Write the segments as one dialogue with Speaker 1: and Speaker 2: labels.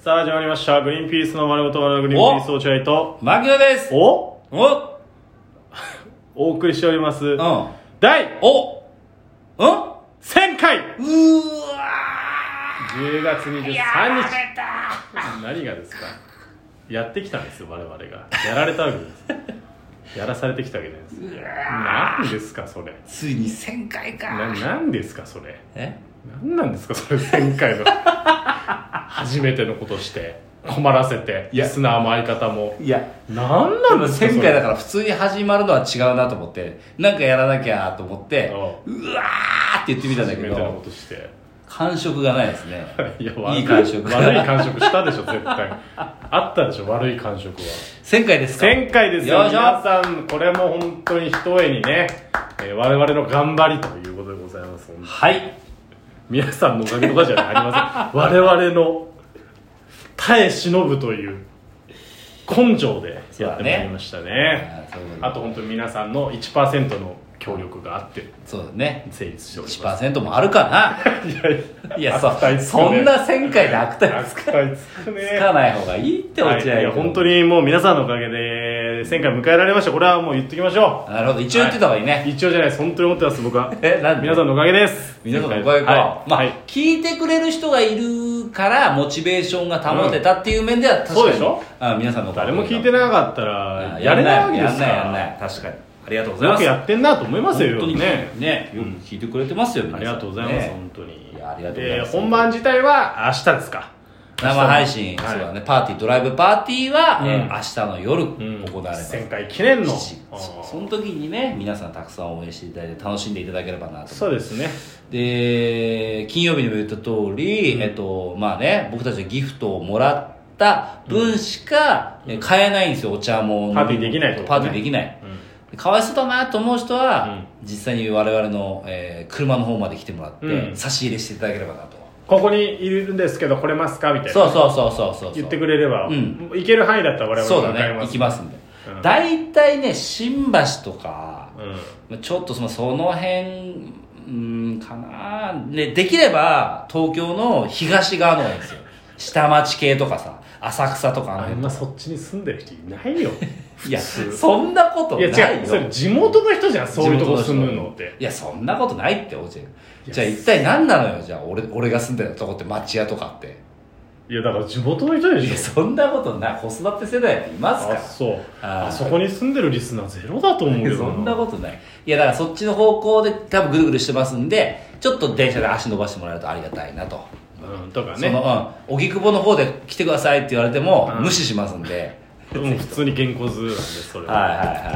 Speaker 1: さあ始まりましたグリーンピースの丸ごと丸のグリーンピース落合と
Speaker 2: マキノです
Speaker 1: お
Speaker 2: おうん
Speaker 1: お送りしております第
Speaker 2: おうん
Speaker 1: 1000回
Speaker 2: うーわ
Speaker 1: 10月23
Speaker 2: ー
Speaker 1: 日何がですかやってきたんですよ我々がやられたわけですやらされてきたわけじゃないです
Speaker 2: うわ
Speaker 1: 何ですかそれ
Speaker 2: ーついに1000回
Speaker 1: な
Speaker 2: か
Speaker 1: 何ですかそれ
Speaker 2: え
Speaker 1: 何なんですかそれ1000回の初めてのことして困らせてリスナーも相方も
Speaker 2: いや
Speaker 1: 何
Speaker 2: 多
Speaker 1: なん
Speaker 2: 分
Speaker 1: ですか
Speaker 2: 1000
Speaker 1: そ
Speaker 2: 回だ
Speaker 1: れ
Speaker 2: から普通に始まるのは違うなと思ってなんかやらなきゃと思って
Speaker 1: う
Speaker 2: うわーって言ってみたんだ
Speaker 1: 初
Speaker 2: け
Speaker 1: めてのこと
Speaker 2: ど
Speaker 1: して
Speaker 2: 感触がないですね
Speaker 1: いや悪
Speaker 2: いい感触
Speaker 1: 悪い感触したでしょ絶対あったでしょ悪い感触は
Speaker 2: 1000回ですか
Speaker 1: 前回ですよ
Speaker 2: よいしょ
Speaker 1: 皆さんこれも本当にひとえにね、えー我々の頑張りということでございます本当に
Speaker 2: はい
Speaker 1: 皆さんのおかげとかじゃありませ ん我々の耐え忍ぶという根性でやってまいりましたね
Speaker 2: あーそういうこと
Speaker 1: あと本当に皆さんの1%の協力があって
Speaker 2: そうだね
Speaker 1: 成立しております
Speaker 2: 1%もあるか
Speaker 1: いやい
Speaker 2: ない
Speaker 1: や
Speaker 2: やそそんな1000回で悪態つ
Speaker 1: 悪態つくね
Speaker 2: つかない方がいいって落合
Speaker 1: はい、い
Speaker 2: 君、
Speaker 1: や本当にもう皆さんのおかげで1000回迎えられましたこれはもう言っときましょう
Speaker 2: なるほど一応言ってた方がいいね、
Speaker 1: 一応じゃないです本当に思ってます僕は
Speaker 2: えなんで
Speaker 1: 皆さんのおかげです
Speaker 2: 皆さんのおかげか、
Speaker 1: はい
Speaker 2: まあ、
Speaker 1: はい
Speaker 2: 聞いてくれる人がいるからモチベーションが保てたっていう面では確かに、
Speaker 1: そうでしょ
Speaker 2: あ皆さんのおかげ
Speaker 1: 誰も聞いてなかったら
Speaker 2: あ
Speaker 1: やれないわけですか
Speaker 2: や
Speaker 1: ら
Speaker 2: んないやんない確かにありがとうござい
Speaker 1: よ
Speaker 2: ま
Speaker 1: く
Speaker 2: す
Speaker 1: やってんなと思いますよ
Speaker 2: 本当に
Speaker 1: ね
Speaker 2: ねよく聞いてくれてますよ、
Speaker 1: あ
Speaker 2: 皆さ
Speaker 1: り
Speaker 2: ん
Speaker 1: がとうございます、
Speaker 2: ね
Speaker 1: 本当に
Speaker 2: いやありがとうございます
Speaker 1: で本番自体は明日ですか
Speaker 2: 生配信、
Speaker 1: はい
Speaker 2: そうだねパーティードライブパーティーは、
Speaker 1: うん
Speaker 2: えー明日の夜
Speaker 1: うん
Speaker 2: 行われます、
Speaker 1: 1000回記念の
Speaker 2: 7
Speaker 1: あー
Speaker 2: そうその時にね皆さんたくさん応援していただいて楽しんでいただければなと
Speaker 1: そうですね
Speaker 2: で金曜日にも言った通り、えっとまあね僕たちはギフトをもらった分しかえ買えないんですよ、お茶も
Speaker 1: パーティーできないってことね
Speaker 2: パーティーできない、でかわいそうだなと思う人は、実際に我々の、えー車の方まで来てもらって、
Speaker 1: うん
Speaker 2: 差し入れしていただければなと
Speaker 1: ここにいるんですけど来れますかみたいな
Speaker 2: そうそうそうそうそう
Speaker 1: 言ってくれれば、
Speaker 2: うん
Speaker 1: 行ける範囲だったら我
Speaker 2: そう
Speaker 1: 々
Speaker 2: だ
Speaker 1: も迎え
Speaker 2: ね
Speaker 1: ま
Speaker 2: 行
Speaker 1: す
Speaker 2: きますんで
Speaker 1: うん
Speaker 2: 大体、ね新橋とか
Speaker 1: うん
Speaker 2: まあちょっとそのその辺うんかな、ね、できれば東京の東側の方がいい んですよ下町系とかさ浅草とかあの
Speaker 1: あん
Speaker 2: 辺
Speaker 1: まそっちに住んでる人いないよ
Speaker 2: いやそんなこと
Speaker 1: い
Speaker 2: ないよ
Speaker 1: や違うそれ地元の人じゃんそういうとこ住むのって
Speaker 2: いやそんなことないって落合君
Speaker 1: や
Speaker 2: じゃあ一体何なのよじゃあ俺俺が住んでるとこって町屋とかって
Speaker 1: いやだから地元の人で
Speaker 2: いや
Speaker 1: しょ
Speaker 2: そんなことない子育て世代っていますか
Speaker 1: あ
Speaker 2: ら
Speaker 1: そう
Speaker 2: あー
Speaker 1: あそこに住んでるリスナーゼロだと思うけど
Speaker 2: そんなことないいやだからそっちの方向で多分ぐるぐるしてますんでちょっと電車で足伸ばしてもらえるとありがたいなと
Speaker 1: うん、とか
Speaker 2: そ
Speaker 1: ね、
Speaker 2: の、うん、荻窪の方で来てくださいって言われても、
Speaker 1: うん
Speaker 2: 無視しますんで。
Speaker 1: うん、普通に原稿図なんでそれ
Speaker 2: はいはい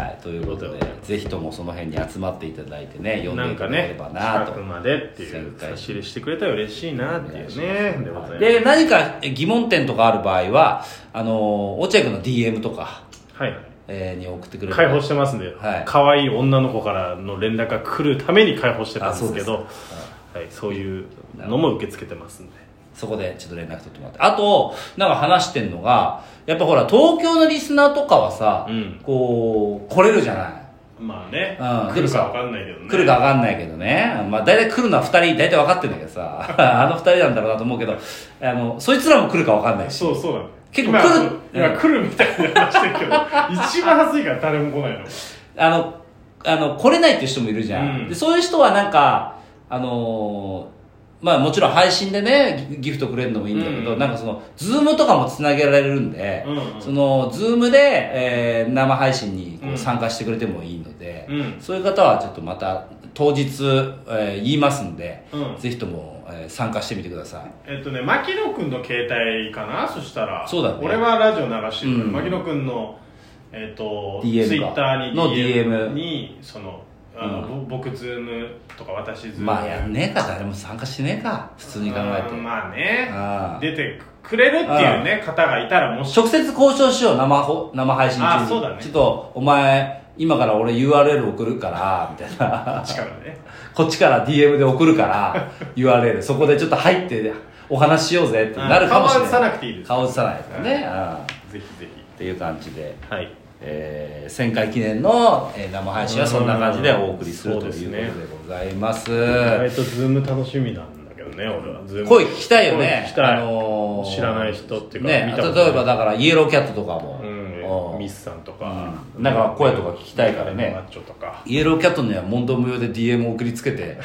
Speaker 2: はい。ということ
Speaker 1: という
Speaker 2: で
Speaker 1: ことで、
Speaker 2: ぜひともその辺に集まっていただいてね、読ん
Speaker 1: な
Speaker 2: で
Speaker 1: ん
Speaker 2: いた
Speaker 1: か
Speaker 2: だけれ
Speaker 1: ね
Speaker 2: ばな
Speaker 1: 近
Speaker 2: と
Speaker 1: く。までっていう
Speaker 2: 正解
Speaker 1: 差し入れしてくれたら嬉しいなっていうねでございます
Speaker 2: で、何か疑問点とかある場合は、あの、落合君の DM とか、
Speaker 1: はい
Speaker 2: えーに送ってくれる
Speaker 1: 解放してますんで、
Speaker 2: はい
Speaker 1: 可愛い女の子からの連絡が来るために解放してたんですけ
Speaker 2: あそ
Speaker 1: ど
Speaker 2: うで
Speaker 1: はい、そういうのも受け付けてますんで
Speaker 2: そこでちょっと連絡取ってもらって。あと、なんか話してんのが、やっぱほら、東京のリスナーとかはさ、
Speaker 1: うん
Speaker 2: こう、来れるじゃない。
Speaker 1: まあね、
Speaker 2: うん
Speaker 1: 来る
Speaker 2: でも
Speaker 1: か
Speaker 2: さ
Speaker 1: 分かんないけどね
Speaker 2: 来るか分かんないけどね、まあ、大体来るのは2人大体分かってんだけどさ あの2人なんだろうなと思うけどあのそいつらも来るか分かんないし
Speaker 1: そうそうだね
Speaker 2: 結構
Speaker 1: 今
Speaker 2: 来る
Speaker 1: 今
Speaker 2: うん
Speaker 1: 来るみたいな話してるけど一番恥ずいから誰も来ないの
Speaker 2: あのあの来れないっていう人もいるじゃん、
Speaker 1: うん
Speaker 2: でそういう人はなんかあのーまあもちろん配信でねギギフトくれるのもいいんだけど、
Speaker 1: うん
Speaker 2: なんかそのズームとかもつなげられるんで、
Speaker 1: うんうん
Speaker 2: そのズームで、えー生配信にこ
Speaker 1: うん
Speaker 2: う参加してくれてもいいので、
Speaker 1: うん
Speaker 2: そういう方はちょっとまた当日、えー言いますんで、
Speaker 1: うん
Speaker 2: ぜひとも、えー参加してみてください
Speaker 1: えっとね牧野君の携帯かなそしたら
Speaker 2: そうだね
Speaker 1: 俺はラジオ流してるから、
Speaker 2: う
Speaker 1: 牧
Speaker 2: ん
Speaker 1: 野君のえっと
Speaker 2: DM か
Speaker 1: ツイッターに
Speaker 2: の
Speaker 1: DM
Speaker 2: DM
Speaker 1: にそのあの、ぼ僕ズームとか私ズーム
Speaker 2: まあやんねえか誰も参加しねえか普通に考えて、
Speaker 1: うんまあね
Speaker 2: ああ
Speaker 1: 出てくれるっていうね方がいたらもし
Speaker 2: 直接交渉しよう生ほ生配信中に
Speaker 1: あそうだね
Speaker 2: ちょっとお前今から俺 URL 送るからみたいな
Speaker 1: 力でね
Speaker 2: こっちから DM で送るから URL そこでちょっと入ってお話ししようぜってなるかもしれな
Speaker 1: う
Speaker 2: い、
Speaker 1: ん顔は映さなくていいです
Speaker 2: 顔映さないからね、うんっ
Speaker 1: ぜひぜ
Speaker 2: ていう感じで、
Speaker 1: ひはい
Speaker 2: えー、1000回記念の、えー生配信はそんな感じでお送りするといううんこ
Speaker 1: そ
Speaker 2: と
Speaker 1: うですね
Speaker 2: でございます、
Speaker 1: 意外とズーム楽しみなんだけどね俺はズーム
Speaker 2: 声聞きたいよね
Speaker 1: 声聞きたい
Speaker 2: あのーおー
Speaker 1: 知らない人っていうか
Speaker 2: ね
Speaker 1: 見たことない
Speaker 2: 例えばだからイエローキャットとかも、
Speaker 1: うん
Speaker 2: うん
Speaker 1: ミスさんとか、
Speaker 2: うんなんか声とか聞きたいからね
Speaker 1: マッチョとか
Speaker 2: イエローキャットには問答無用で DM を送りつけて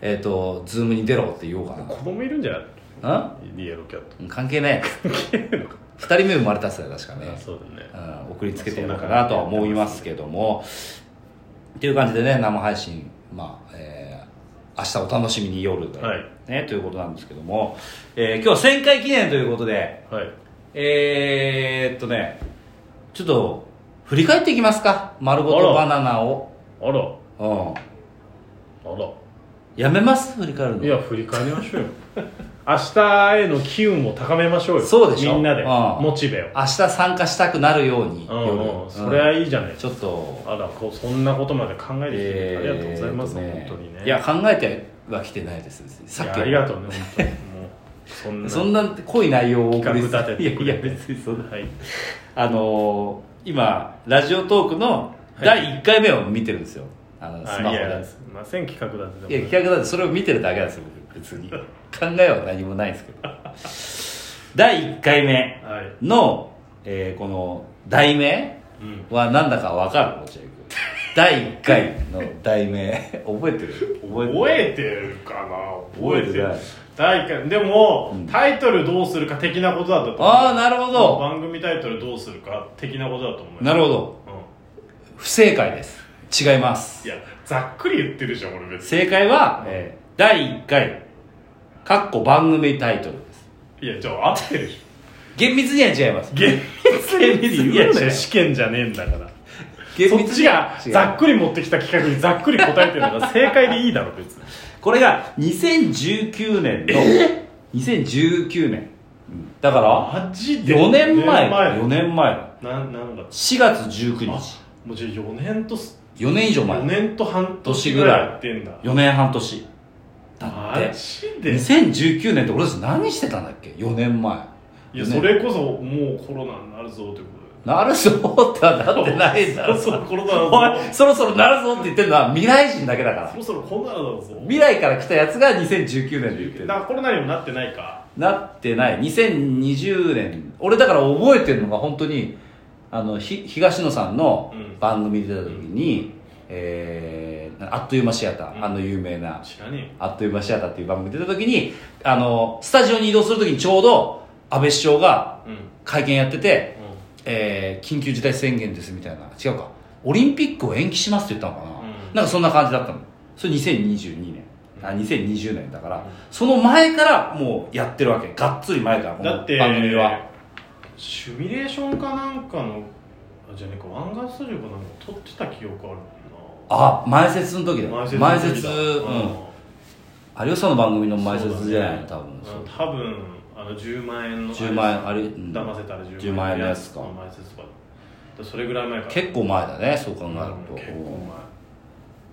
Speaker 2: えっとズームに出ろって言おうか
Speaker 1: 子供いるんじゃない
Speaker 2: な
Speaker 1: イエローキャット
Speaker 2: うん関係ない2人目生まれたっすよ確かね
Speaker 1: あそうだね
Speaker 2: うん送りつけてやろうかなとは思いますけどもっていう感じでね生配信まあ、えー明日お楽しみに夜で、
Speaker 1: はい
Speaker 2: ね、ということなんですけども、えー今日1000回記念ということで
Speaker 1: はい
Speaker 2: えー、っとねちょっと振り返っていきますか丸ごとバナナを、
Speaker 1: あら
Speaker 2: うん、
Speaker 1: あら
Speaker 2: やめます振り返るの
Speaker 1: いや振り返りましょう よ明日への機運を高めましょうよ
Speaker 2: そうでしょ
Speaker 1: みんなで
Speaker 2: うん
Speaker 1: モチベを
Speaker 2: 明日参加したくなるように
Speaker 1: うんうん、
Speaker 2: 夜
Speaker 1: それはいいじゃないです
Speaker 2: ちょっと
Speaker 1: かあらこうそんなことまで考えてきてくれてありがとうございます、
Speaker 2: えーと
Speaker 1: 本当にね
Speaker 2: いや考えてはきてないです別にさっ
Speaker 1: い
Speaker 2: き
Speaker 1: やありがとうね本当にもうそんな
Speaker 2: そんな濃い内容を送り
Speaker 1: 企画立ててく
Speaker 2: いや
Speaker 1: れ
Speaker 2: いや
Speaker 1: て
Speaker 2: 別にそんな
Speaker 1: はい
Speaker 2: あのー今ラジオトークの第1回目を見てるんですよ、あのスマホ
Speaker 1: あい
Speaker 2: で
Speaker 1: やすいません企画だって
Speaker 2: いや企画なんでそれを見てるだけなんですよ僕別に考えは何もないんですけど第1回目
Speaker 1: はい、
Speaker 2: の、えーこの題名
Speaker 1: うん、
Speaker 2: はなんだかわかる落合君第1回の題名覚えてる覚
Speaker 1: 覚
Speaker 2: えてる
Speaker 1: えてるかな覚
Speaker 2: 覚え
Speaker 1: え
Speaker 2: て
Speaker 1: て
Speaker 2: る
Speaker 1: る第一回でも、
Speaker 2: うん
Speaker 1: タイトルどうするか的なことだったと思う
Speaker 2: ああなるほど
Speaker 1: 番組タイトルどうするか的なことだと思うよ
Speaker 2: なるほど
Speaker 1: うん、
Speaker 2: 不正解です違います
Speaker 1: いやざっくり言ってるじゃん俺別
Speaker 2: 正解は、えー第1回かっこ番組タイトルです
Speaker 1: にいやじゃあ合ってるでしょ
Speaker 2: 厳密には違います
Speaker 1: 厳密
Speaker 2: に言うなよ
Speaker 1: いや試験じゃねえんだから
Speaker 2: 厳
Speaker 1: そっ
Speaker 2: 密
Speaker 1: ち
Speaker 2: には
Speaker 1: が
Speaker 2: 違う
Speaker 1: ざっくり持ってきた企画にざっくり答えてるのが正解でいいだろ別に
Speaker 2: これが2019年の2019年うんだから
Speaker 1: マジで
Speaker 2: 4年前4
Speaker 1: 四年
Speaker 2: 年前
Speaker 1: なんなんだっ
Speaker 2: 4月19
Speaker 1: けあ
Speaker 2: 日
Speaker 1: もうじゃあ4年とす
Speaker 2: 4年以上前
Speaker 1: 4年と半年ぐらいやってんだ
Speaker 2: 4年半年だ
Speaker 1: マ
Speaker 2: って
Speaker 1: ジで
Speaker 2: 2019年って俺たち何してたんだっけ4年前
Speaker 1: いや
Speaker 2: ね
Speaker 1: それこそもうコロナになるぞってこと
Speaker 2: なるぞってはなってないだ
Speaker 1: だよ
Speaker 2: ろ
Speaker 1: そろそろコロナ
Speaker 2: お
Speaker 1: だぞ
Speaker 2: いそろそろなるぞって言ってるのは未来人だけだから
Speaker 1: そろそろコロナだぞ
Speaker 2: 未来から来たやつが2019年で言ってる
Speaker 1: なコロナにもなってないか
Speaker 2: なってない2020年俺だから覚えてるのが本当にあのひ東野さんの
Speaker 1: うん
Speaker 2: 番組に出た時に、えーあっという間シアター、
Speaker 1: うん
Speaker 2: あの有名な
Speaker 1: 知らね
Speaker 2: あっという間シアターっていう番組に出た時にあのスタジオに移動する時にちょうど安倍首相が
Speaker 1: えよ
Speaker 2: 会見やってて、
Speaker 1: う
Speaker 2: えー緊急事態宣言ですみたいな違うかオリンピックを延期しますって言ったのかな、
Speaker 1: うん
Speaker 2: なんかそんな感じだったのそれ2022年あ2020年だから、
Speaker 1: うん
Speaker 2: その前からもうやってるわけがっつり前からこ
Speaker 1: んだっ
Speaker 2: の
Speaker 1: て
Speaker 2: 番組は
Speaker 1: シミュレーションかなんかのあじゃねえか湾岸スタジオかなんか撮ってた記憶あるもん
Speaker 2: あ前説の時だ
Speaker 1: な
Speaker 2: よ
Speaker 1: 前説
Speaker 2: 前説
Speaker 1: の時だ
Speaker 2: うん有吉さんの番組の前説じゃないの、
Speaker 1: そうだ
Speaker 2: 多
Speaker 1: ねう
Speaker 2: 分
Speaker 1: ん多分あの10万円の
Speaker 2: 10万円あれ、うん
Speaker 1: 騙せたら
Speaker 2: 10
Speaker 1: 10
Speaker 2: 万
Speaker 1: 万
Speaker 2: 円
Speaker 1: 円
Speaker 2: のやつか
Speaker 1: 前説とかだそれぐらい前から
Speaker 2: 結構前だねそう考えると、
Speaker 1: うん結構前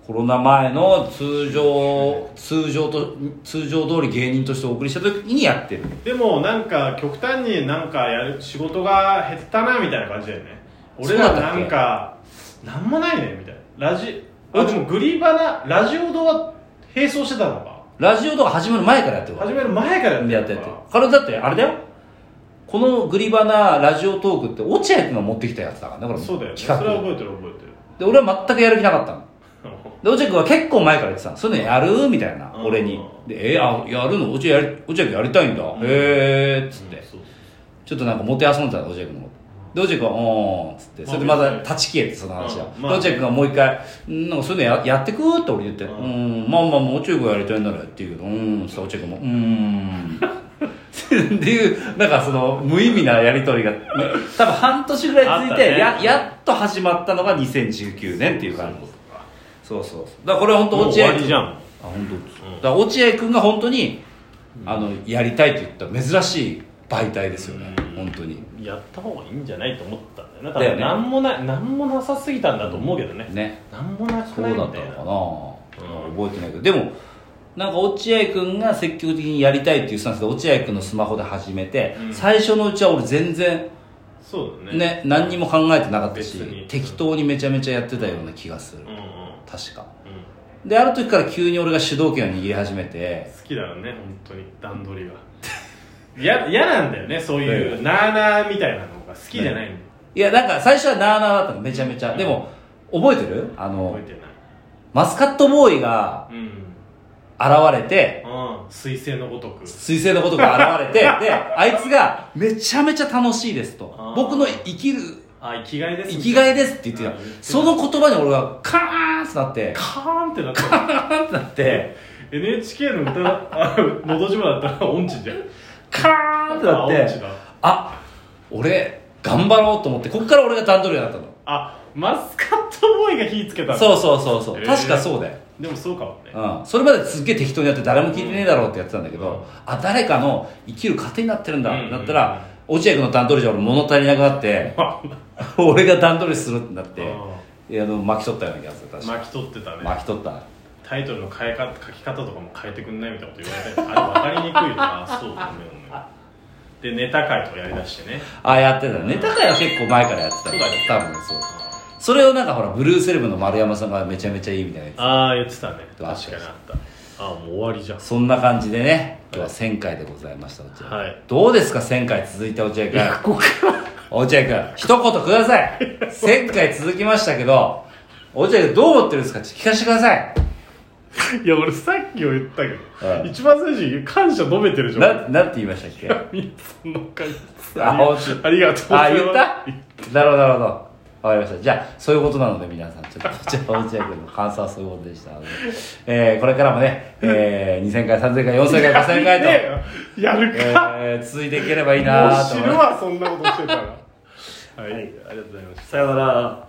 Speaker 2: コロナ前の通常通常と通常通り芸人としてお送りした時にやってる
Speaker 1: でもなんか極端になんかやる仕事が減ったなみたいな感じだよね俺
Speaker 2: そ
Speaker 1: ら
Speaker 2: うだったっ
Speaker 1: な
Speaker 2: け
Speaker 1: んかなんもないねみたいなラジあでもグリバナラジオ堂は並走してたのか
Speaker 2: ラジオとか始まる前からやってるわ
Speaker 1: 始める前から
Speaker 2: や
Speaker 1: やっ
Speaker 2: ってて
Speaker 1: る
Speaker 2: て
Speaker 1: のか
Speaker 2: これだってあれだよこのグリバナラジオトークって落合君が持ってきたやつだからねこれ
Speaker 1: そうだよねそれは
Speaker 2: 企画
Speaker 1: 覚えてる覚えてる
Speaker 2: で俺は全くやる気なかったので落合君は結構前から言ってたのそういうのやるみたいな
Speaker 1: うん
Speaker 2: 俺にでえあやるの落合やり落合君やりたいんだ、
Speaker 1: うん
Speaker 2: へえっつっ
Speaker 1: う
Speaker 2: て
Speaker 1: んそう
Speaker 2: ちょっとなんかもてあそんでたの落合君のことで落合君は「おーん」っつってそれでまた断ち切れてその話は、
Speaker 1: うんまあ
Speaker 2: で落合君がもう一回「んなんかそういうのややってく?」って俺言って「う
Speaker 1: うん
Speaker 2: んまあまあまあ落合君やりたいならやって言うけどうーん」そしたら落合君も「うー ん」っていうなんかその無意味なやり取りが多分半年ぐらい続
Speaker 1: あ
Speaker 2: いて、
Speaker 1: ったね
Speaker 2: ややっと始まったのが2019年っていう感じそうそうそうだからこれは本当
Speaker 1: もう
Speaker 2: 落
Speaker 1: 終
Speaker 2: 合
Speaker 1: わ
Speaker 2: 君
Speaker 1: りじゃ
Speaker 2: あ
Speaker 1: ん
Speaker 2: 本当です、だから落合君が本当にあのやりたいって言った珍しい媒体ですよね、
Speaker 1: うん
Speaker 2: 本当に
Speaker 1: やった方がいいんじゃないと思ったんだよな多
Speaker 2: だよ
Speaker 1: 分
Speaker 2: ね
Speaker 1: なんもないなんもなさすぎたんだと思うけどね
Speaker 2: ね
Speaker 1: なんもなく
Speaker 2: そう
Speaker 1: な
Speaker 2: だ
Speaker 1: い
Speaker 2: っ
Speaker 1: み
Speaker 2: た
Speaker 1: た
Speaker 2: の
Speaker 1: い
Speaker 2: かな
Speaker 1: な、
Speaker 2: 覚えてないけどでもなんか落合君が積極的にやりたいっていうスタンスで落合君のスマホで始めて、
Speaker 1: うん
Speaker 2: 最初のうちは俺全然
Speaker 1: そうだ
Speaker 2: ね
Speaker 1: ね
Speaker 2: 何にも考えてなかったし
Speaker 1: 別に
Speaker 2: 適当にめちゃめちゃやってたような気がする、
Speaker 1: うんうんうん
Speaker 2: 確かである時から急に俺が主導権を握り始めて
Speaker 1: 好きだよね本当に段取りが や嫌なんだよねそういうなあなあみたいなのが好きじゃないの、
Speaker 2: いやなんか最初はなあなあだったのめちゃめちゃでも覚えてるあの
Speaker 1: 覚えてない
Speaker 2: マスカットボーイが
Speaker 1: うん
Speaker 2: 現れて
Speaker 1: ああ彗星のごとく
Speaker 2: 彗星のことが現 れてであいつがめちゃめちゃ楽しいですと
Speaker 1: あー
Speaker 2: 僕の生きる
Speaker 1: あ生きがいです
Speaker 2: 生
Speaker 1: み
Speaker 2: き
Speaker 1: た
Speaker 2: が
Speaker 1: い
Speaker 2: いですって言って
Speaker 1: あ
Speaker 2: た
Speaker 1: ー言ってた
Speaker 2: その言葉に俺がカーンってなって
Speaker 1: カーンってな った
Speaker 2: カーンってなって
Speaker 1: NHK の歌あ「のど自慢」だったら音痴じゃん
Speaker 2: カーンってなっ
Speaker 1: あ音痴
Speaker 2: て
Speaker 1: だ
Speaker 2: あ俺頑張ろうと思ってこっから俺が段取りになったの
Speaker 1: あマスカットボーイが火つけたの
Speaker 2: そうそうそうそう
Speaker 1: へー
Speaker 2: 確かそうだよ
Speaker 1: でもそうかもね
Speaker 2: うん、それまですっげえ適当にやって誰も聞いてねえだろうってやってたんだけど、あ誰かの生きる糧になってるんだ
Speaker 1: うん
Speaker 2: ってなったら、落合君の段取りじゃ俺物足りなくなって、俺が段取りするってなって、いやあの巻き取ったような気がする確か
Speaker 1: 巻き取ってたね
Speaker 2: 巻き取った
Speaker 1: タイトルの変えか書き方とかも変えてくんないみたいなこと言われてあれ分かりにくいとかあそうだねでネタ会とかやりだしてね
Speaker 2: ああやってたネタ会は結構前からやってた
Speaker 1: そ
Speaker 2: んだ
Speaker 1: う
Speaker 2: 多分そうそれをなんかほらブルーセレブの丸山さんがめちゃめちゃいいみたいなや
Speaker 1: ああ言ってたね確か
Speaker 2: あった
Speaker 1: にあったあーもう終わりじゃん
Speaker 2: つそんな感じでね今日は1000回でございました落合、
Speaker 1: はい
Speaker 2: どうですか1000回続いた落合君落合君一言ください1000回続きましたけど落合君どう思ってるんですかちょっと聞かせてください
Speaker 1: いや俺さっきも言ったけど、
Speaker 2: うん
Speaker 1: 一番最初に感謝述べてるじゃん
Speaker 2: ななんて言いましたっけあ
Speaker 1: みんなその感じ
Speaker 2: 本当
Speaker 1: ありがとうございます
Speaker 2: 言ったなるほどなるほどわかりましたじゃあそういうことなので皆さんちょっとじゃあ落合君の感想はそういうことでしたので、えーこれからもね、えー2000回3000回4000回5000回と、
Speaker 1: やるか、
Speaker 2: えー続いていければいい
Speaker 1: も
Speaker 2: な
Speaker 1: う
Speaker 2: と
Speaker 1: 知
Speaker 2: 思い
Speaker 1: る
Speaker 2: ます
Speaker 1: わそんなことしてたらはい、ありがとうございました
Speaker 2: さよなら